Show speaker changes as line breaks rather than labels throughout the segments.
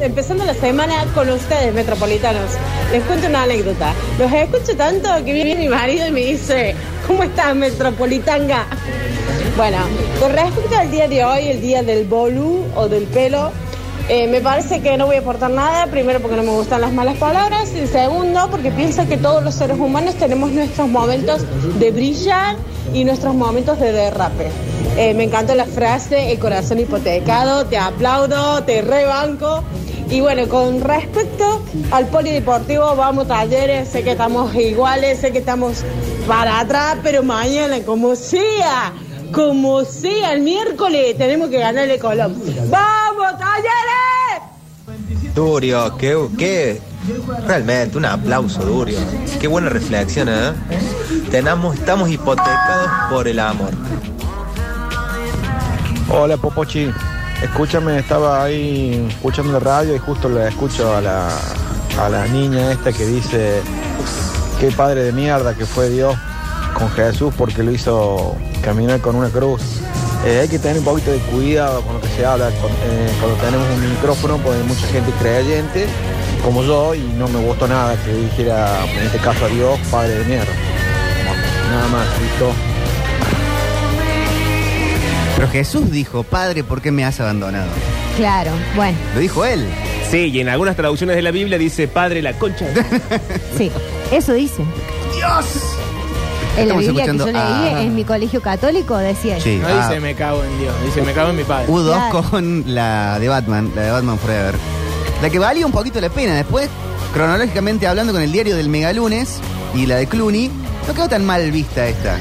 empezando la semana con ustedes, metropolitanos. Les cuento una anécdota. Los escucho tanto que viene mi marido y me dice, ¿cómo estás, metropolitanga? Bueno, con respecto al día de hoy, el día del bolu o del pelo, eh, me parece que no voy a aportar nada, primero porque no me gustan las malas palabras, y segundo porque pienso que todos los seres humanos tenemos nuestros momentos de brillar y nuestros momentos de derrape. Eh, me encantó la frase, el corazón hipotecado, te aplaudo, te rebanco. Y bueno, con respecto al polideportivo, vamos talleres, sé que estamos iguales, sé que estamos para atrás, pero mañana, como sea, como sea, el miércoles tenemos que ganarle Colón. ¡Vamos, talleres!
Durio, qué, qué- Realmente, un aplauso, Durio. Qué buena reflexión, ¿eh? Tenamos, estamos hipotecados por el amor.
Hola Popochi, escúchame, estaba ahí escuchando la radio y justo la escucho a la, a la niña esta que dice qué padre de mierda que fue Dios con Jesús porque lo hizo caminar con una cruz. Eh, hay que tener un poquito de cuidado con lo que se habla con- eh, cuando tenemos un micrófono porque hay mucha gente creyente como yo y no me gustó nada que dijera en este caso a Dios padre de mierda. Nada más, listo.
Pero Jesús dijo, Padre, ¿por qué me has abandonado?
Claro, bueno,
Lo dijo él.
Sí, y en algunas traducciones de la Biblia dice padre la concha.
sí, eso dice.
¡Dios!
En la
Estamos
Biblia que
escuchando
yo leí
a-
en mi colegio católico decía eso.
Sí,
No
ah,
dice me cago en Dios, dice me cago en mi padre.
U2
Claro.
con la de Batman, la de Batman Forever. La que valía un poquito la pena. Después, cronológicamente hablando con el diario del Megalunes y la de Clooney, no quedó tan mal vista esta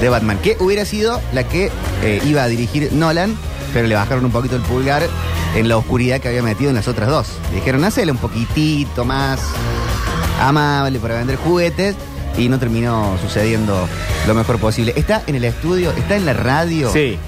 de Batman, que hubiera sido la que eh, iba a dirigir Nolan, pero le bajaron un poquito el pulgar en la oscuridad que había metido en las otras dos. Le dijeron, hacele un poquitito más amable para vender juguetes. Y no terminó sucediendo lo mejor posible. Está en el estudio, está en la radio.
Sí.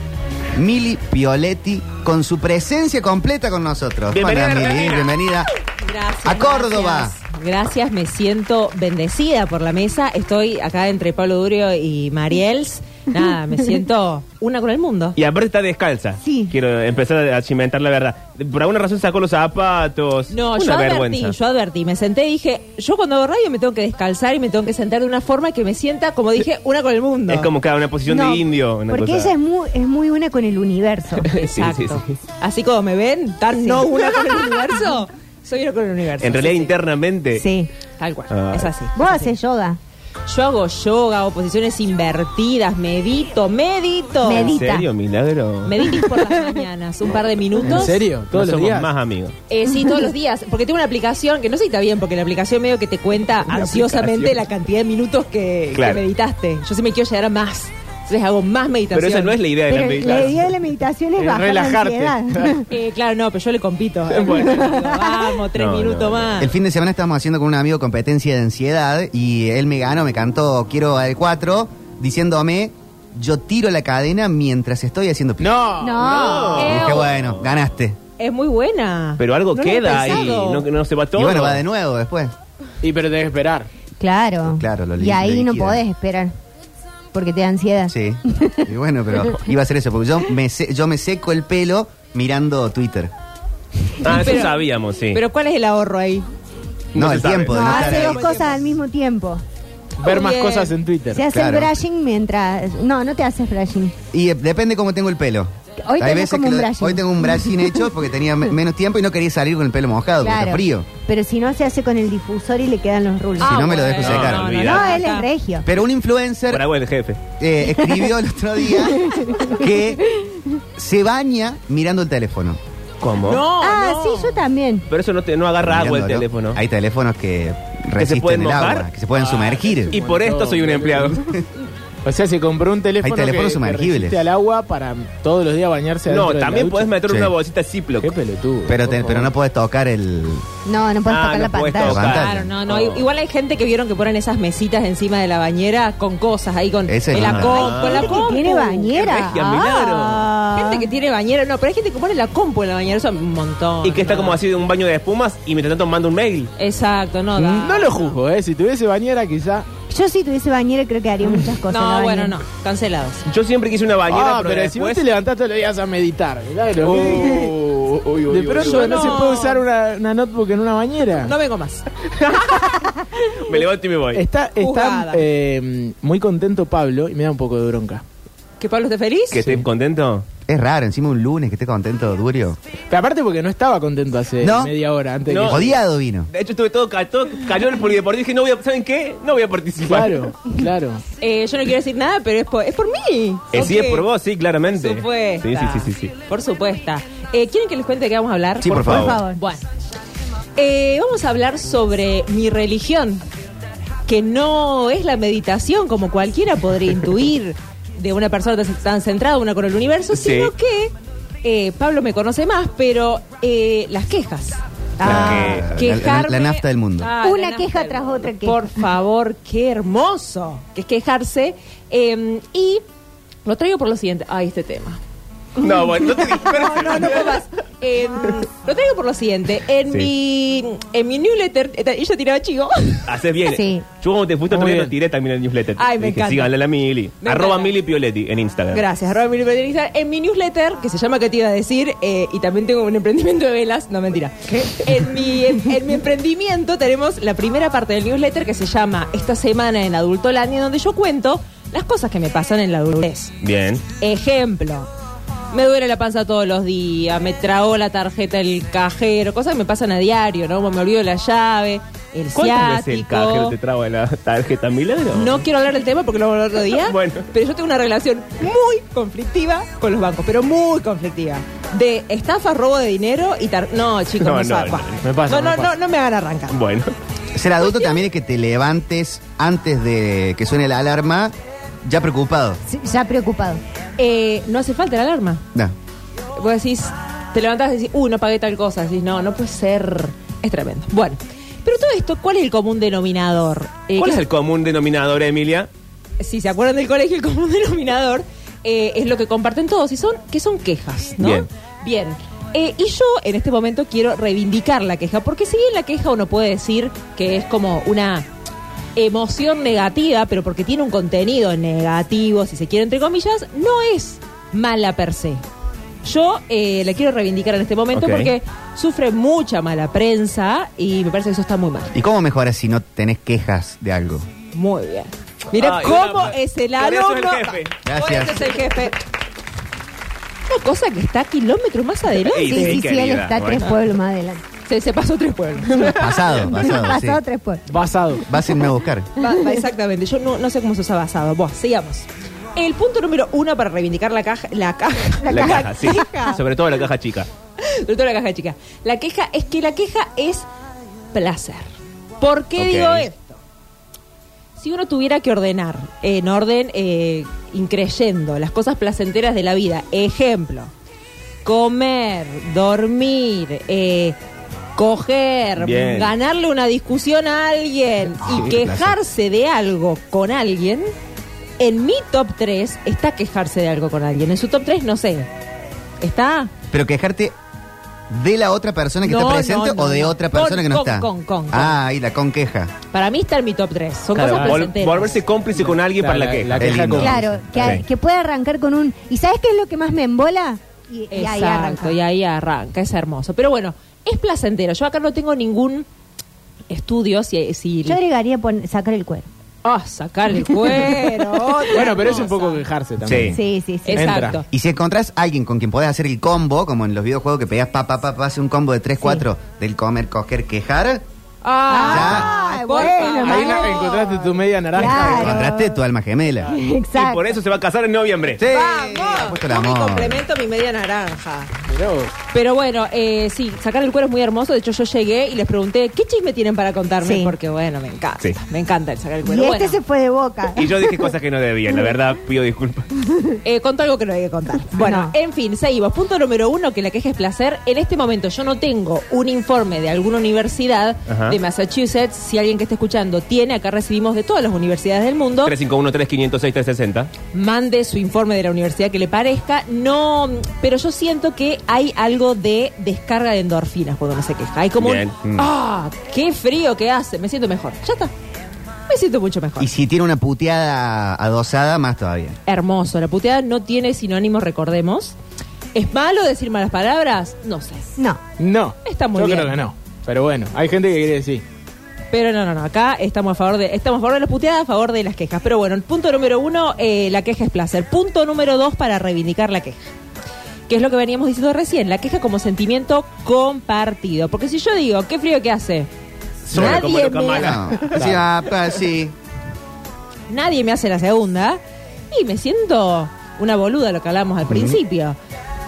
Mili Pioletti con su presencia completa con nosotros.
Bienvenida,
Hola, Mili,
bienvenida.
bienvenida.
Gracias.
A Córdoba.
Gracias. Gracias, me siento bendecida por la mesa. Estoy acá entre Pablo Durio y Mariels. Nada, me siento una con el mundo.
Y aparte está descalza.
Sí.
Quiero empezar a cimentar la verdad. Por alguna razón sacó los zapatos.
No,
una
yo advertí,
vergüenza.
yo advertí. Me senté y dije, yo cuando hago radio me tengo que descalzar y me tengo que sentar de una forma que me sienta, como dije, una con el mundo.
Es como cada una posición
No,
de indio. Una
porque
cosa.
ella es muy, es muy una con el universo.
Exacto.
Sí, sí, sí.
Así como me ven, tan no una con el universo, soy una con el universo.
En realidad
Sí, sí.
internamente.
sí.
Tal cual,
Ah.
es así.
Vos
es así.
haces yoga.
Yo hago yoga o posiciones invertidas, medito, medito.
¿En
Medita.
serio, milagro?
Medito por las mañanas, un par de
¿En
minutos.
serio?
No
¿Todos los
somos
días?
más amigos.
Eh, sí, todos los días, porque tengo una aplicación que no sé si está bien, porque la aplicación medio que te cuenta
Una
ansiosamente
aplicación.
la cantidad de minutos que, que
Claro.
meditaste. Yo sí me quiero llegar a más, entonces hago más meditación.
Pero esa no es la idea de la
Pero la
meditación.
idea de la meditación es
Es
bajar la
relajarte.
ansiedad.
Eh, claro, no, pero yo le compito. Vamos, tres
No, no,
minutos
no.
más.
El fin de semana estábamos haciendo con un amigo competencia de ansiedad y él me ganó, me cantó Quiero al 4, diciéndome yo tiro la cadena mientras estoy haciendo pis.
No.
No.
Y dije,
Ew.
bueno, ganaste.
Es muy buena.
Pero algo
No lo había
queda ahí.
pensado.
No, no se va todo.
Y bueno, va de nuevo después.
Y pero tenés que esperar.
Claro.
Pues Claro, lo li-
y ahí
lo
no
liquida.
podés esperar. Porque te da ansiedad.
Sí. Y bueno, pero iba a ser eso, porque yo me, se- yo me seco el pelo mirando Twitter.
Ah, eso
Pero-
sabíamos, sí.
Pero ¿cuál es el ahorro ahí?
No,
No se
el
sabe.
tiempo de
No,
no estar
hace
ahí.
dos cosas al mismo tiempo.
Ver
Muy
más
bien.
cosas en Twitter.
Se hace
Claro.
el brushing mientras. No, no te haces brushing.
Y eh, depende cómo tengo el pelo. Hay
Hoy tenés
veces
como
que
un
lo-
brushing.
Hoy tengo un brushing hecho porque tenía me- menos tiempo y no quería salir con el pelo mojado, porque está frío.
Pero si no, se hace con el difusor y le quedan los rulos.
Ah,
no me lo dejo secar.
No, no,
No,
no,
Ah, no,
no,
él es
no.
regio.
Pero un influencer
Por algo el jefe.
eh, escribió el otro día que se baña mirando el teléfono.
¿Cómo?
No,
ah,
no.
sí, yo también.
Pero eso no, te, no agarra agua el
Mirándolo.
teléfono.
Hay teléfonos que
se
resisten
pueden
el
mojar. Ah,
agua, que se pueden sumergir.
Y por esto soy un empleado.
O sea, se compró un teléfono
Hay teléfonos
que- que
sumergibles.
resiste al agua para todos los días bañarse
No,
adentro de la
también
ducha.
podés meter
Sí.
una bolsita Ziploc.
Qué pelotudo.
Pero, te-
por
pero no
favor.
puedes tocar el...
No, no puedes
Ah,
tocar
no
la
puedes
pantalla.
tocar.
Claro, no, no.
Oh.
Igual hay gente que vieron que ponen esas mesitas encima de la bañera con cosas ahí, con
Ese
el
no.
acom-
Hay
con
gente
la
que
compu.
tiene bañera.
Qué regia, milagro.
Ah.
Gente que tiene bañera, no, pero hay gente que pone la compu en la bañera, eso es un montón.
Y que está
no.
como así de un baño de espumas y mientras tanto manda un mail.
Exacto, no da.
No lo juzgo, ¿eh? Si tuviese bañera, quizá.
Yo si tuviese bañera creo que haría muchas cosas. en la
No, bueno,
bañera.
no. Cancelados.
Yo siempre quise una bañera,
ah, pero,
pero,
si vos
después...
te levantás todos los días a meditar. mirá lo que-
Oh.
De pronto no se puede usar una, una notebook en una bañera.
No vengo más.
Me levanto y me voy.
Está, está
Juzgada.
eh, muy contento Pablo y me da un poco de bronca.
¿Que Pablo esté feliz?
¿Que esté contento?
Es raro, encima un lunes que esté contento, Durio.
Pero aparte porque no estaba contento hace
No.
media hora antes.
No.
que-
Odiado vino.
De hecho, estuve todo, ca- todo cañón por deportivo. Dije, no voy a, ¿saben qué? No voy a participar.
Claro, claro.
Eh, yo no quiero decir nada, pero es por, es por mí.
Eh, sí,
Ok.
es por vos, sí, claramente.
Por supuesta.
Sí, sí, sí, sí. sí.
Por supuesta. Eh, ¿Quieren que les cuente de qué vamos a hablar?
Sí, por
Por
favor.
favor.
Bueno. Eh, vamos a hablar sobre mi religión, que no es la meditación, como cualquiera podría intuir de una persona tan centrada, una con el universo,
Sí.
sino que eh, Pablo me conoce más, pero eh, las quejas.
Ah, la- la-
Quejarme-
la nafta del mundo.
Ah, la
Una
nafta
queja
del
tras
mundo.
otra queja.
Por favor, qué hermoso que es quejarse. Eh, y lo traigo por lo siguiente. Ay, este tema.
No, bueno, no te disperses.
No, no, no puedo más. Eh, lo traigo por lo siguiente. En
Sí.
mi en mi newsletter, eh, yo tiraba chivo.
Haces bien.
Sí.
Yo como te fuiste
Muy
también
bien.
lo tiré también en el newsletter.
Ay, me
Dije,
encanta.
síganle a la Mili.
Me
Arroba
encanta.
Mili Pioletti en Instagram.
Gracias, Robert Emilio Pedrinizar. En mi newsletter, que se llama ¿Qué te iba a decir? Eh, y también tengo un emprendimiento de velas. No, mentira. En mi, en, en mi emprendimiento tenemos la primera parte del newsletter que se llama Esta semana en Adultolandia, donde yo cuento las cosas que me pasan en la adultez.
Bien.
Ejemplo. Me duele la panza todos los días, me tragó la tarjeta el cajero, cosas que me pasan a diario, ¿no? Me olvido la llave, el
¿Cuántas veces el
ciático.
cajero te traba la tarjeta milagro?
No quiero hablar del tema porque lo vamos a hablar otro día.
Bueno.
Pero yo tengo una relación muy conflictiva con los bancos, pero muy conflictiva. De estafa, robo de dinero y tar... No, chicos,
No,
no,
no,
sabe.
no,
me pasa,
no,
me
no,
pasa.
no, no me hagan arrancar.
Bueno.
Ser adulto también es que te levantes antes de que suene la alarma, ya preocupado.
Sí, Ya preocupado.
Eh, no hace falta la alarma.
No.
Vos decís, te levantás y decís, uy, no pagué tal cosa. Decís, no, no puede ser. Es tremendo. Bueno, pero todo esto, ¿cuál es el común denominador? Eh,
¿Cuál
que-
es el común denominador, Emilia?
si se acuerdan del colegio, el común denominador eh, es lo que comparten todos y son que son quejas, ¿no?
Bien.
Bien. Eh, y yo en este momento quiero reivindicar la queja, porque si bien la queja uno puede decir que es como una emoción negativa, pero porque tiene un contenido negativo, si se quiere entre comillas, no es mala per se. Yo eh, la quiero reivindicar en este momento
Ok.
porque sufre mucha mala prensa y me parece que eso está muy mal.
¿Y cómo mejoras si no tenés quejas de algo?
Muy bien. Mira
Ay,
cómo
una-
es el
Por
alumno.
eso es el jefe.
Gracias.
Por eso es el jefe. Una cosa que está kilómetros más
Ey,
adelante.
Sí,
sí,
sí, sí,
querida,
él está
bueno.
tres pueblos más adelante.
Se, se pasó tres pueblos.
Pasado, pasado. sí.
Pasado tres pueblos.
Basado.
Vas a irme a buscar.
Va- va, exactamente. Yo no, no sé cómo se usa basado. Bueno, sigamos. El punto número uno para reivindicar la caja. La caja.
La, caja, sí. Sobre todo la caja chica.
Sobre todo la caja chica. La queja es que la queja es placer. ¿Por qué
Ok.
digo esto? Si uno tuviera que ordenar en orden eh, increyendo las cosas placenteras de la vida, ejemplo, comer, dormir, eh, coger,
Bien.
ganarle una discusión a alguien y
Sí,
quejarse de algo con alguien, en mi top 3 está quejarse de algo con alguien. En su top 3 no sé. ¿Está?
Pero quejarte de la otra persona que
No,
está presente
no, no,
o de
no.
otra
Con,
persona que no
con,
está.
con, con, con.
Ah, ahí la con queja.
Para mí está en mi top 3. Son
Claro,
cosas
vol-
placenteras.
volverse cómplice con alguien para la, queja.
Qué lindo.
con-
Claro, que,
Sí.
que puede arrancar con un. ¿Y sabes qué es lo que más me embola? Y, y ahí
Exacto,
arranca.
y ahí arranca, es hermoso. Pero bueno, es placentero. Yo acá no tengo ningún estudio si... si
Yo agregaría pon- sacar el cuero.
Ah, sacar el cuero. otra
Bueno, pero es un
cosa.
poco quejarse también.
Sí,
Sí.
sí, sí.
Es-
Exacto.
Entra.
Y si encontrás a alguien con quien podés hacer el combo, como en los videojuegos que pegás pa, pa, pa, pa, hace un combo de 3, 4, del comer, coger, quejar,
Ah,
Ya.
por
Bueno,
favor.
Ahí la- encontraste tu media naranja.
Claro.
encontraste tu alma gemela.
Exacto.
Y por eso se va a casar en noviembre.
Sí, ha
Vamos,
puesto el
yo me
amor.
complemento mi media naranja.
Mirá vos.
Pero bueno, eh, sí, sacar el cuero es muy hermoso. De hecho, yo llegué y les pregunté qué chisme tienen para contarme.
Sí.
Porque bueno, me encanta.
Sí.
Me encanta el sacar el
Y
cuero.
este
Bueno,
se fue de boca.
Y yo dije cosas que no debía, la verdad, pido disculpas.
eh, contó algo que no hay que contar.
No.
Bueno, en fin, seguimos. Punto número uno, que la queja es placer. En este momento yo no tengo un informe de alguna universidad
Ajá.
de Massachusetts. Si alguien que esté escuchando tiene, acá recibimos de todas las universidades del mundo.
351-3506-360.
mande su informe de la universidad que le parezca. No, pero yo siento que hay algo de descarga de endorfinas cuando uno se queja. Hay como
Bien.
un,
Mm.
ah, qué frío que hace, me siento mejor. Ya está. Me siento mucho mejor.
Y si tiene una puteada adosada, más todavía.
Hermoso, la puteada no tiene sinónimos, recordemos. ¿Es malo decir malas palabras? No sé.
No.
No.
Está muy
Yo
bien.
creo que no. Pero bueno, hay gente que quiere decir.
Pero no, no, no, acá estamos a favor de, estamos a favor de las puteadas, a favor de las quejas. Pero bueno, el punto número uno, eh, la queja es placer. Punto número dos, para reivindicar la queja. Que es lo que veníamos diciendo recién, la queja como sentimiento compartido. Porque si yo digo, qué frío que hace,
Solo como
nadie,
loca mala.
me,
No. Sí, ah, pa, sí.
nadie me hace la segunda, y me siento una boluda, lo que hablamos al principio.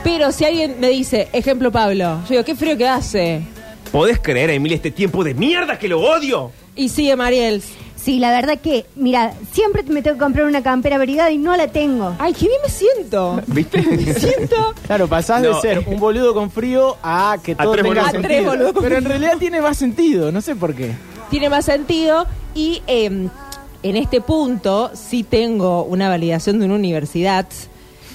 Pero si alguien me dice, ejemplo Pablo, yo digo, qué frío que hace,
¿Podés creer, Emilia, este tiempo de mierda que lo odio?
y sigue Mariel,
Sí, la verdad que, mira, siempre me tengo que comprar una campera abrigada y no la tengo.
ay, qué bien me siento. Me
¿Viste?
siento...
Claro, pasás
No,
de ser
eh.
un boludo con frío a que todo
tres
tenga
boludos
con
sentido.
frío. A tres boludos con
Pero en realidad tiene más sentido, no sé por qué.
tiene más sentido y eh, en este punto sí tengo una validación de una universidad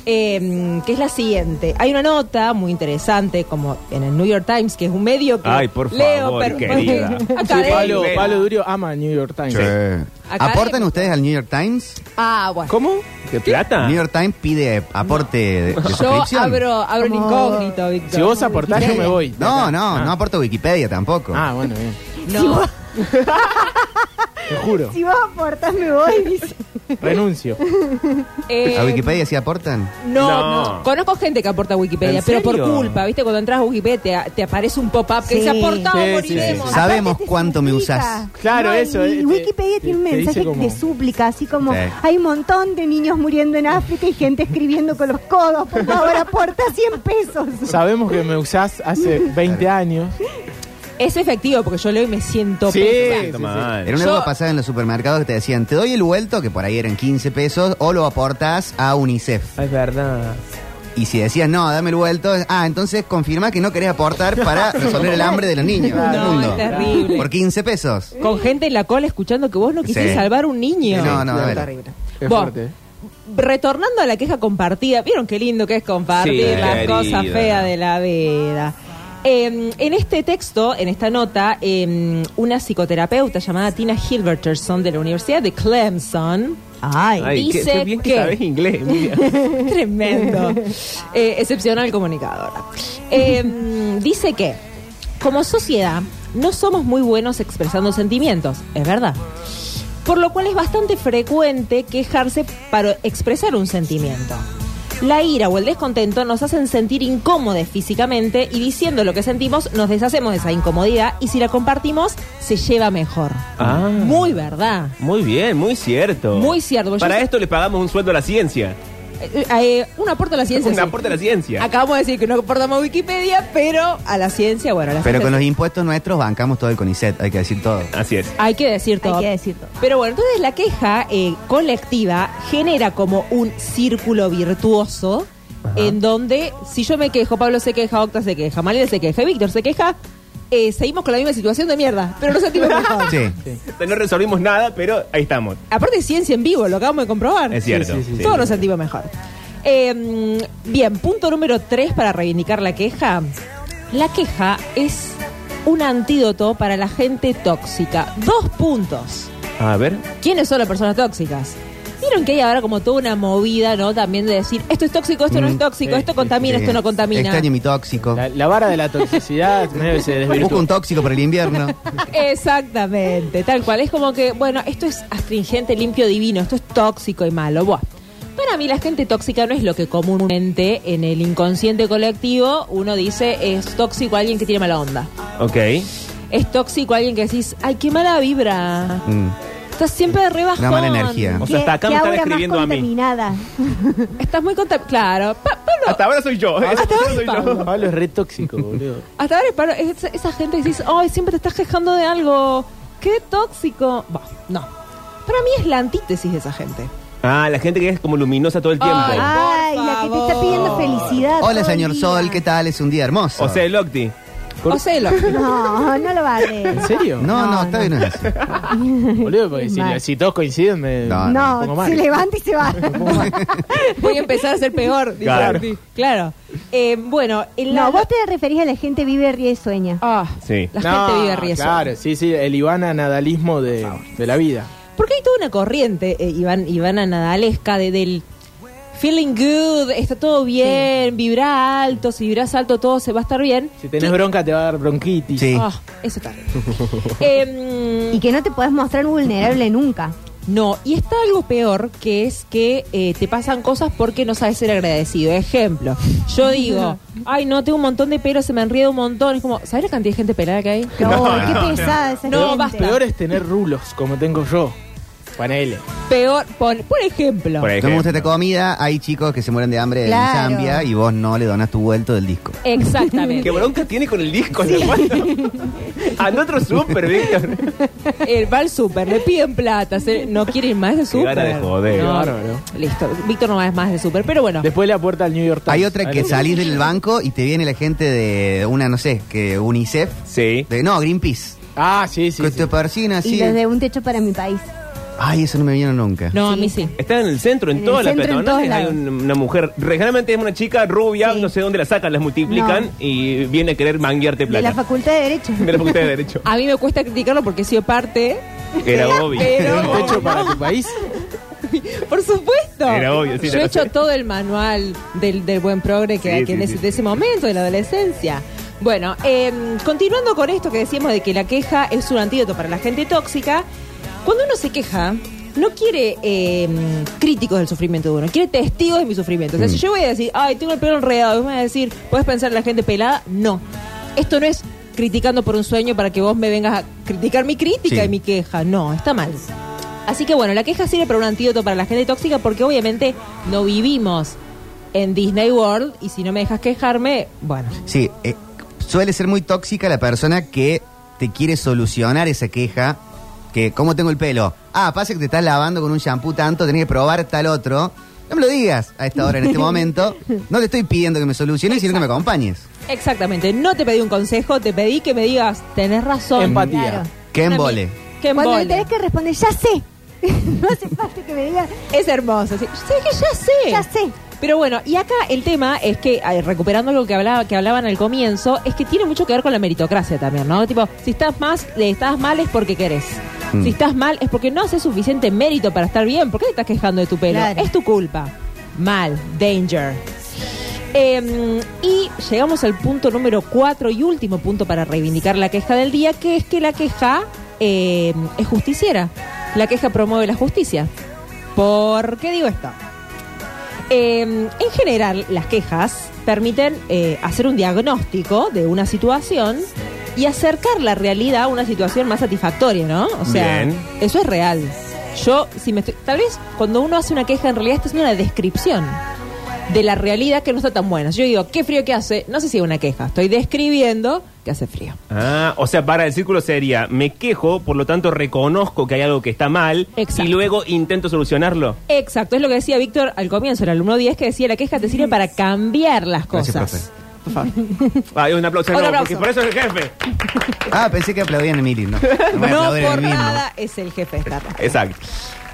eh, que es la siguiente. Hay una nota muy interesante como en el New York Times que es un medio que
Ay, por favor, querida.
Académico.
Pablo, Pablo Durio ama New York Times.
¿Aportan ustedes al New York Times?
Ah, bueno.
¿Cómo?
¿Qué plata?
Ah.
New York Times pide aporte de, de
Yo
suscripción.
abro, abro un
Como-
incógnito, Víctor.
Si vos aportás, yo me voy.
No, no, no aporto Wikipedia tampoco.
Ah, bueno, bien.
No.
Te juro.
Si vos aportás, me voy. dice.
Renuncio.
Eh,
¿A Wikipedia sí aportan?
No,
No.
no. Conozco gente que aporta a Wikipedia,
¿En
pero por
serio?
culpa, ¿viste? Cuando entras a Wikipedia te, te aparece un pop-up que
Sí.
dice aportado,
Sí, sí,
moriremos.
sí, sí. Sabemos
Aparte te
cuánto me
suplica.
usás.
Claro, eso,
Y
eh, te-
Wikipedia
te-
tiene un
te dice
mensaje
como-
de súplica, así como
Sí.
hay un montón de niños muriendo en África y gente escribiendo con los codos. Por favor, aporta 100 pesos.
Sabemos que me usás hace 20 años.
Es efectivo, porque yo leo y me siento
Sí.
pésima.
Está
sí,
mal.
Era una
Yo-
época pasada en los supermercados que te decían, te doy el vuelto, que por ahí eran 15 pesos, o lo aportas a UNICEF.
Es verdad.
Y si decías, no, dame el vuelto, ah, entonces confirma que no querés aportar para resolver el hambre de los niños del
No,
mundo.
es terrible.
Por 15 pesos.
Con gente en la cola escuchando que vos no quisiste
Sí.
salvar un niño.
No, no, a ver.
Es
Vos,
fuerte.
Retornando a la queja compartida, vieron qué lindo que es compartir
Sí,
las
querida.
cosas feas de la vida. Eh, en este texto, en esta nota, eh, una psicoterapeuta llamada Tina Hilberterson de la Universidad de Clemson.
Ay.
Ay, qué,
dice
qué bien que,
que-
sabes inglés, Emilia.
Tremendo. Eh, excepcional comunicadora. Eh, dice que, como sociedad, no somos muy buenos expresando sentimientos, es verdad. Por lo cual es bastante frecuente quejarse para expresar un sentimiento. La ira o el descontento nos hacen sentir incómodos físicamente y diciendo lo que sentimos nos deshacemos de esa incomodidad y si la compartimos se lleva mejor.
Ah.
Muy verdad.
Muy bien, muy cierto.
Muy cierto, porque
Para
yo-
esto le pagamos un sueldo a la ciencia.
Eh, eh, un aporte a la ciencia.
Un
sí.
aporte a la ciencia.
Acabamos de decir que no aportamos Wikipedia, pero a la ciencia, bueno, a la
Pero
ciencia
con los
sí.
impuestos nuestros bancamos todo el CONICET, hay que decir todo.
Así es.
Hay que decir todo.
Hay que decir todo.
Pero bueno, entonces la queja eh, colectiva genera como un círculo virtuoso en donde si yo me quejo, Pablo se queja, Octa se queja, Mariel se queja, y Víctor se queja, eh, seguimos con la misma situación de mierda, pero no sentimos mejor.
Sí.
No resolvimos nada, pero ahí estamos.
Aparte es ciencia en vivo, lo acabamos de comprobar.
Es cierto.
Sí, sí, sí.
Todos nos sentimos mejor. Eh, bien, punto número tres para reivindicar la queja. La queja es un antídoto para la gente tóxica. Dos puntos.
A ver.
¿Quiénes son las personas tóxicas? Vieron que hay ahora como toda una movida, ¿no? También de decir, esto es tóxico, esto no es tóxico,
Mm, sí,
esto contamina,
Sí.
esto no contamina.
Extraño mi tóxico.
La, la vara de la toxicidad medio se
Busco
desvirtúa.
un tóxico para el invierno.
Exactamente, tal cual. Es como que, bueno, esto es astringente, limpio, divino, esto es tóxico y malo. Buah. Para mí la gente tóxica no es lo que comúnmente en el inconsciente colectivo uno dice es tóxico alguien que tiene mala onda.
Ok.
Es tóxico alguien que decís, ay, qué mala vibra.
Mm.
Estás siempre de rebajón.
Una mala energía.
O sea, hasta acá
Qué-
me
qué
están
aura
escribiendo
más
a mí.
contaminada.
Estás muy contra... Claro. Pa- Pablo,
Hasta ahora soy yo. Esa persona soy yo.
Pablo es re tóxico, boludo.
Hasta ahora, Pablo, es- esa gente que dice, ay, siempre te estás quejando de algo. Qué tóxico. Bah, no. Para mí es la antítesis de esa gente.
Ah, la gente que es como luminosa todo el tiempo.
Ay,
Ay, ah.
por
la que te está
favor.
pidiendo felicidad. todo
Hola,
el
señor
día.
Sol, ¿qué tal? Es un día hermoso.
o sea, el Octi.
Por-
O sea, lo-
No, no lo vale.
¿En serio?
no, no, está bien. así.
Boludo, porque
Es
si,
mal.
si todos coinciden, me.
No,
me
No,
pongo mal.
se levanta y se va.
Voy a empezar a ser peor. dice
Claro.
Ortiz. Claro. Eh, bueno, en la.
No, vos te referís a la gente vive, ríe y sueña.
Ah,
Sí.
La
No,
gente vive riesgo.
Claro, sí, sí, el Ivana nadalismo
Ah,
de, de la vida.
Porque hay toda una corriente, eh, Iván, Ivana Nadalesca, de, del feeling good, está todo bien, vibra alto, si vibras alto todo se va a estar bien.
Si tenés bronca te va a dar bronquitis.
Sí.
Ah, eso está. Em,
Y que no te puedes mostrar vulnerable nunca.
No, y está algo peor que es que eh, te pasan cosas porque no sabes ser agradecido. Ejemplo, yo digo, ay, no, tengo un montón de pelos, se me enrieda un montón. Es como, ¿sabes la cantidad de gente pelada que hay?
No,
No,
qué
no, no.
pesada esa
No,
gente.
basta.
Peor es tener rulos, como tengo yo. Panele.
Peor, pon- por
No
Por
ejemplo.
me
ejemplo.
gusta esta comida, hay chicos que se mueren de hambre
Claro.
en Zambia y vos no le donás tu vuelto del disco.
Exactamente.
¿Qué bronca tiene con el disco? hermano? Anda otro súper, Víctor.
Él va al súper, le piden plata, se- no quiere ir más de súper.
gana de joder.
No,
Qué bárbaro.
Listo, Víctor no va más de súper, pero bueno.
Después la puerta al New York Times.
Hay otra que salís del banco y te viene la gente de una, no sé, que UNICEF.
Sí.
De, no, Greenpeace.
Ah, sí, sí.
que
sí.
te persiguen
Y
así.
los de un techo para mi país.
Ay, eso no me vino nunca.
No, a mí sí.
Está en el centro, en,
En
todas
el
las
centro, en
peatonales
todos
hay un- una mujer. Generalmente es una chica rubia,
Sí.
no sé dónde la sacan, las multiplican
No.
y viene a querer manguearte
De
plata.
la Facultad de Derecho.
De la facultad de Derecho.
A mí me cuesta criticarlo porque he sido parte,
Era obvio.
pero...
Un techo para tu país.
Por supuesto.
Era obvio, sí,
Yo
la
he hecho
cosa.
todo el manual del, del buen progre que
Sí,
hay
sí,
que en
sí.
ese, de ese momento, de la adolescencia. Bueno, eh, continuando con esto que decíamos de que la queja es un antídoto para la gente tóxica, cuando uno se queja, no quiere eh, críticos del sufrimiento de uno, quiere testigos de mi sufrimiento. O sea, si
Mm.
yo voy a decir, ay, tengo el pelo enredado, y vos me vas a decir, ¿puedes pensar en la gente pelada? No. Esto no es criticando por un sueño para que vos me vengas a criticar mi crítica
Sí.
y mi queja. No, está mal. Así que bueno, la queja sirve para un antídoto para la gente tóxica porque obviamente no vivimos en Disney World y si no me dejas quejarme, bueno.
Sí, eh, suele ser muy tóxica la persona que te quiere solucionar esa queja. Que, ¿cómo tengo el pelo? Ah, pasa que te estás lavando con un shampoo tanto, tenés que probar tal otro. No me lo digas a esta hora, en este momento. No te estoy pidiendo que me soluciones, sino que me acompañes.
Exactamente, no te pedí un consejo, te pedí que me digas, tenés razón.
Empatía.
Claro.
Que
Una
embole.
mi- Que
Cuando
embole.
le tenés que responder, ya sé. no hace falta que me digas,
Es hermoso. sí. ¿Sabes qué? Ya sé.
ya sé.
Pero bueno, y acá el tema es que, ay, recuperando lo que hablaba, que hablaban al comienzo, es que tiene mucho que ver con la meritocracia también, ¿no? Tipo, si estás más, eh, estás mal es porque querés.
Mm.
Si estás mal es porque no haces suficiente mérito para estar bien. ¿Por qué te estás quejando de tu pelo?
Claro.
Es tu culpa. Mal, danger. Eh, y llegamos al punto número cuatro y último punto para reivindicar la queja del día, que es que la queja eh, es justiciera. La queja promueve la justicia. ¿Por qué digo esto? Eh, en general, las quejas permiten eh, hacer un diagnóstico de una situación y acercar la realidad a una situación más satisfactoria, ¿no? O sea,
Bien.
eso es real. Yo, si me estoy- Tal vez cuando uno hace una queja, en realidad está haciendo una descripción de la realidad que no está tan buena. Si yo digo, qué frío que hace, no sé si es una queja, estoy describiendo que hace frío.
Ah, o sea, para el círculo sería, me quejo, por lo tanto reconozco que hay algo que está mal
Exacto.
y luego intento solucionarlo.
Exacto, es lo que decía Víctor al comienzo, el alumno 10, que decía, la queja te sirve para cambiar las cosas.
Gracias,
Hay Ah, un aplauso,
Un
no,
aplauso.
porque por eso es el jefe.
Ah, pensé que aplaudían a Mili, no. No, me
No
aplauden a
por
mí mismo.
nada es el jefe de esta radio.
Exacto.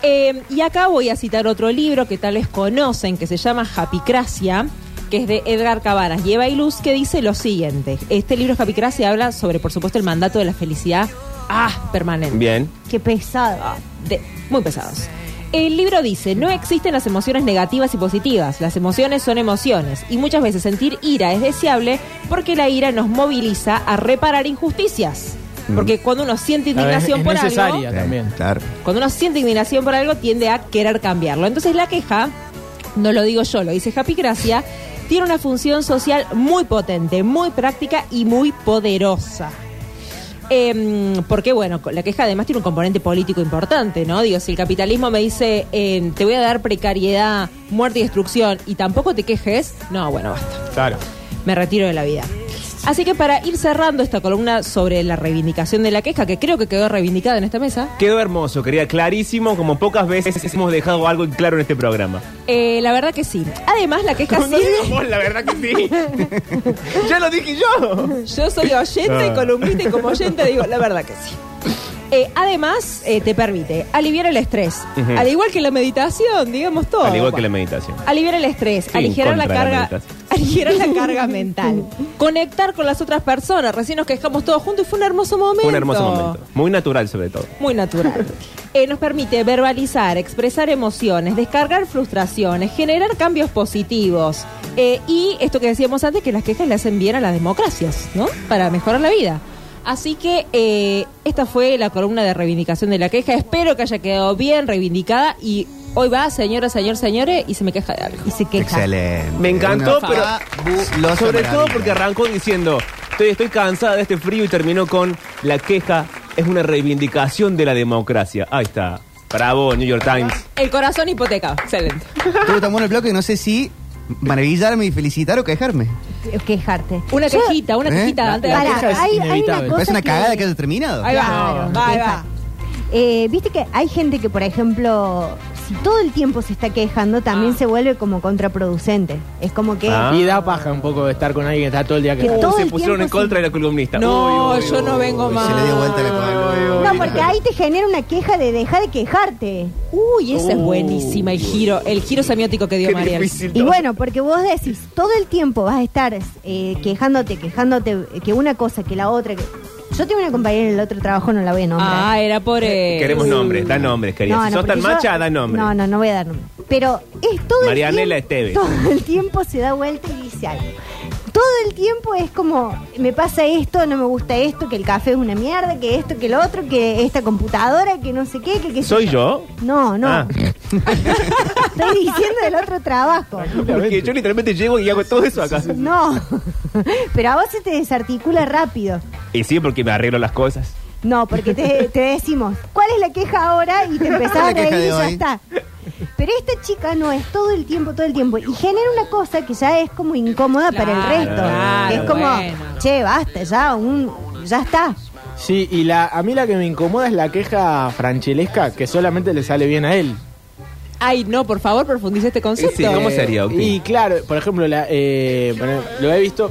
Eh, y acá voy a citar otro libro que tal vez conocen, que se llama Japicracia, que es de Edgar Cabanas y Eva Iluz, que dice lo siguiente. Este libro Japicracia habla sobre, por supuesto, el mandato de la felicidad ah, permanente.
Bien.
Qué pesado.
Ah, de- muy pesados. El libro dice, no existen las emociones negativas y positivas, las emociones son emociones y muchas veces sentir ira es deseable porque la ira nos moviliza a reparar injusticias. Porque cuando uno siente
Claro, es-
indignación
es
por algo,
necesaria. También.
Claro.
cuando uno siente indignación por algo, tiende a querer cambiarlo. Entonces la queja, no lo digo yo, lo dice Happy Gracia, tiene una función social muy potente, muy práctica y muy poderosa. Em, porque bueno, la queja además tiene un componente político importante, ¿no? Digo, si el capitalismo me dice, em, te voy a dar precariedad, muerte y destrucción, y tampoco te quejes, no, bueno, basta
Claro.
me retiro de la vida. Así que para ir cerrando esta columna sobre la reivindicación de la queja, que creo que quedó reivindicada en esta mesa,
Quedó hermoso, querida, clarísimo, como pocas veces hemos dejado algo en claro en este programa.
eh, la verdad que sí. Además, la queja
No digo
sirve.
vos, la verdad que sí. ya lo dije yo. Ah.
Yo soy oyente y columnista y como oyente digo, la verdad que sí. Eh, además, eh, te permite aliviar el estrés.
Ujú.
Al igual que la meditación, digamos todo.
Al igual que la
Oh, Bueno.
meditación.
Aliviar el estrés,
Sí,
aligerar la
contra la
carga,
meditación.
aligerar la carga mental, conectar con las otras personas. Recién nos quejamos todos juntos y fue un hermoso momento.
Fue un hermoso momento. Muy natural, sobre todo.
Muy natural. Eh, nos permite verbalizar, expresar emociones, descargar frustraciones, generar cambios positivos. Eh, y esto que decíamos antes, que las quejas le hacen bien a las democracias, ¿no? Para mejorar la vida. Así que eh, esta fue la columna de reivindicación de la queja. Espero que haya quedado bien reivindicada y hoy va, señora, señor, señores, y se me queja de algo.
Y se queja.
Excelente.
Me encantó,
Una
pero
fabulosa
sobre todo
maravilla.
porque arrancó diciendo, estoy, estoy cansada de este frío y terminó con la queja es una reivindicación de la democracia. Ahí está. Bravo, New York Times.
El corazón hipotecado. Excelente.
Estuvo tan bueno el bloque que no sé si maravillarme y felicitar o quejarme.
Quejarte.
Una
Yo-
quejita, una
¿Eh?
quejita. antes de la
Pará,
queja.
es
hay, hay una
inevitable.
cosa
Parece una
que-
cagada que haya terminado.
Ahí va,
Claro,
va, ahí va.
queja. Eh, Viste que hay gente que, por ejemplo, si todo el tiempo se está quejando, también
Ah.
se vuelve como contraproducente. Es como que...
Ah.
Y da paja un poco estar con alguien que está todo el día
Que
que...
todo
se
el
pusieron
tiempo
en contra
sí.
de la columnista. Uh,
No,
Uy, uy,
yo
uy.
no vengo
Uy,
más.
se le dio vuelta la columna.
No, porque ahí te genera una queja de dejar de quejarte.
Uy, esa es buenísima, el giro, el giro semiótico que dio
Qué
Mariel.
difícil.
Y bueno, porque vos decís, todo el tiempo vas a estar eh, quejándote, quejándote, eh, que una cosa, que la otra. Que... Yo tengo una compañera en el otro trabajo, no la voy a nombrar.
Ah, era por eso.
Queremos nombres, da nombres, querida. si sos tan
porque yo-
macha, da nombres.
No, no, no voy a dar nombre. Pero es todo
Marianela
el
Esteves.
tiempo. Todo el tiempo se da vuelta y dice algo. Todo el tiempo es como, me pasa esto, no me gusta esto, que el café es una mierda, que esto, que lo otro, que esta computadora, que no sé qué, que qué sé
¿Soy yo?
No, no.
Ah.
Estoy diciendo del otro trabajo.
Porque yo literalmente llego y hago todo eso acá.
No. Pero a vos se te desarticula rápido.
Y sí, porque me arreglo las cosas.
No, porque te, te decimos, ¿cuál es la queja ahora? Y te empezás a
¿Cuál es la
reír
queja
y
de
ya
hoy?
está. Pero esta chica no es todo el tiempo, todo el tiempo. Y genera una cosa que ya es como incómoda para el
Claro,
resto.
claro,
es como,
bueno.
che, basta, ya, un, ya está.
Sí, y la, a mí la que me incomoda es la queja franchelesca que solamente le sale bien a él.
Ay, no, por favor, profundice este concepto.
Sí, ¿cómo sería, Octi?
Y claro, por ejemplo, la, eh, bueno, lo he visto...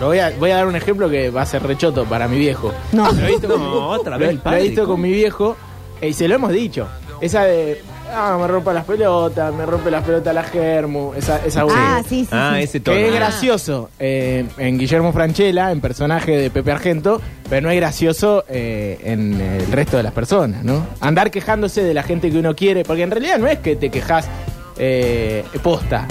Lo voy, a, voy a dar un ejemplo que va a ser rechoto para mi viejo.
No.
Lo he visto como otra
Lo-
vez. el
Lo
padre.
he visto con mi viejo eh, y se lo hemos dicho. Esa de. Ah, me rompa las pelotas, me rompe las pelotas la germu. Esa, esa
Ah,
boludez.
sí, sí.
Ah,
sí.
ese tono.
Que es gracioso eh, en Guillermo Franchella, en personaje de Pepe Argento, pero no es gracioso eh, en el resto de las personas, ¿no? Andar quejándose de la gente que uno quiere, porque en realidad no es que te quejas eh, posta,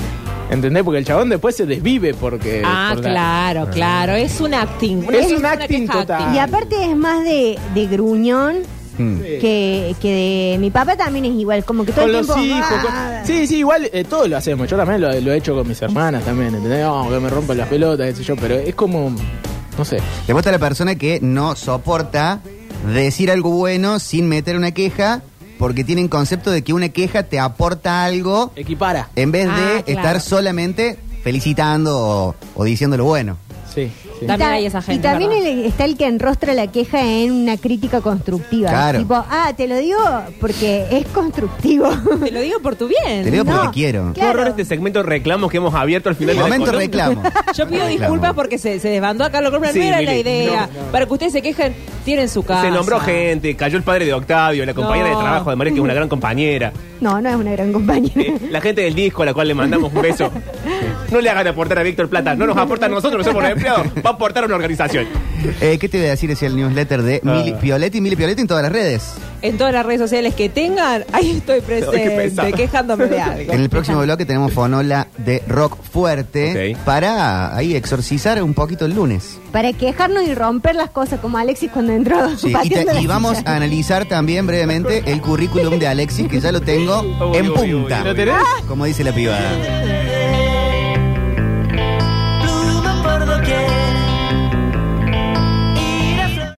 ¿entendés? Porque el chabón después se desvive porque...
Eh,
Ah,
por la-
claro, claro. Es un acting.
Es un
una
acting
queja
total.
Y aparte es más de, de gruñón
Mm.
que, que de... Mi papá también es igual, como que todo
Con
el
los
tiempo...
hijos. con-
"Ah".
Sí, sí, igual eh, todos lo hacemos. Yo también lo, lo he hecho con mis hermanas también, ¿entendés? No, que me rompan las pelotas, qué sé yo, pero es como. No sé.
Después está la persona que no soporta decir algo bueno sin meter una queja, porque tienen concepto de que una queja te aporta algo
Equipara.
en vez de
Ah, claro.
estar solamente felicitando o, o diciendo lo bueno.
Sí. sí.
También
Ta-
hay esa
Y
gente,
también
¿verdad?
el- está el que enrostra la queja en una crítica constructiva.
Claro.
Tipo, ah, te lo digo porque es constructivo.
Te lo digo por tu
Te
bien.
leo porque
No,
quiero.
Qué horror este segmento de reclamos que hemos abierto al final de la
Momento
columna.
reclamo.
Yo pido
Reclamo.
disculpas porque se, se desbandó acá lo Cropper.
Sí,
no era la
Mili,
idea.
no,
Para que ustedes se quejen, tienen su casa.
Se nombró gente, cayó el padre de Octavio, la compañera
No.
de trabajo de María, que es una gran compañera.
No, no es una gran compañera.
Eh, la gente del disco a la cual le mandamos un beso. No le hagan aportar a Víctor Plata, no nos aporta a nosotros, nosotros somos empleados, va a aportar a una organización.
Eh, ¿Qué te voy a decir? Es el newsletter de
Ah.
Mili Pioletti, Mili Pioletti en todas las redes.
En todas las redes sociales que tengan, ahí estoy presente,
pesado.
quejándome de algo.
En el próximo bloque tenemos Fonola de Rock Fuerte
Ok.
para ahí exorcizar un poquito el lunes.
Para quejarnos y romper las cosas, como Alexis cuando entró.
Sí, y, te-
pateando
y
la
vamos
silla.
a analizar también brevemente el currículum de Alexis, que ya lo tengo
Uy,
en
uy, uy,
punta.
uy, uy.
Como dice la piba.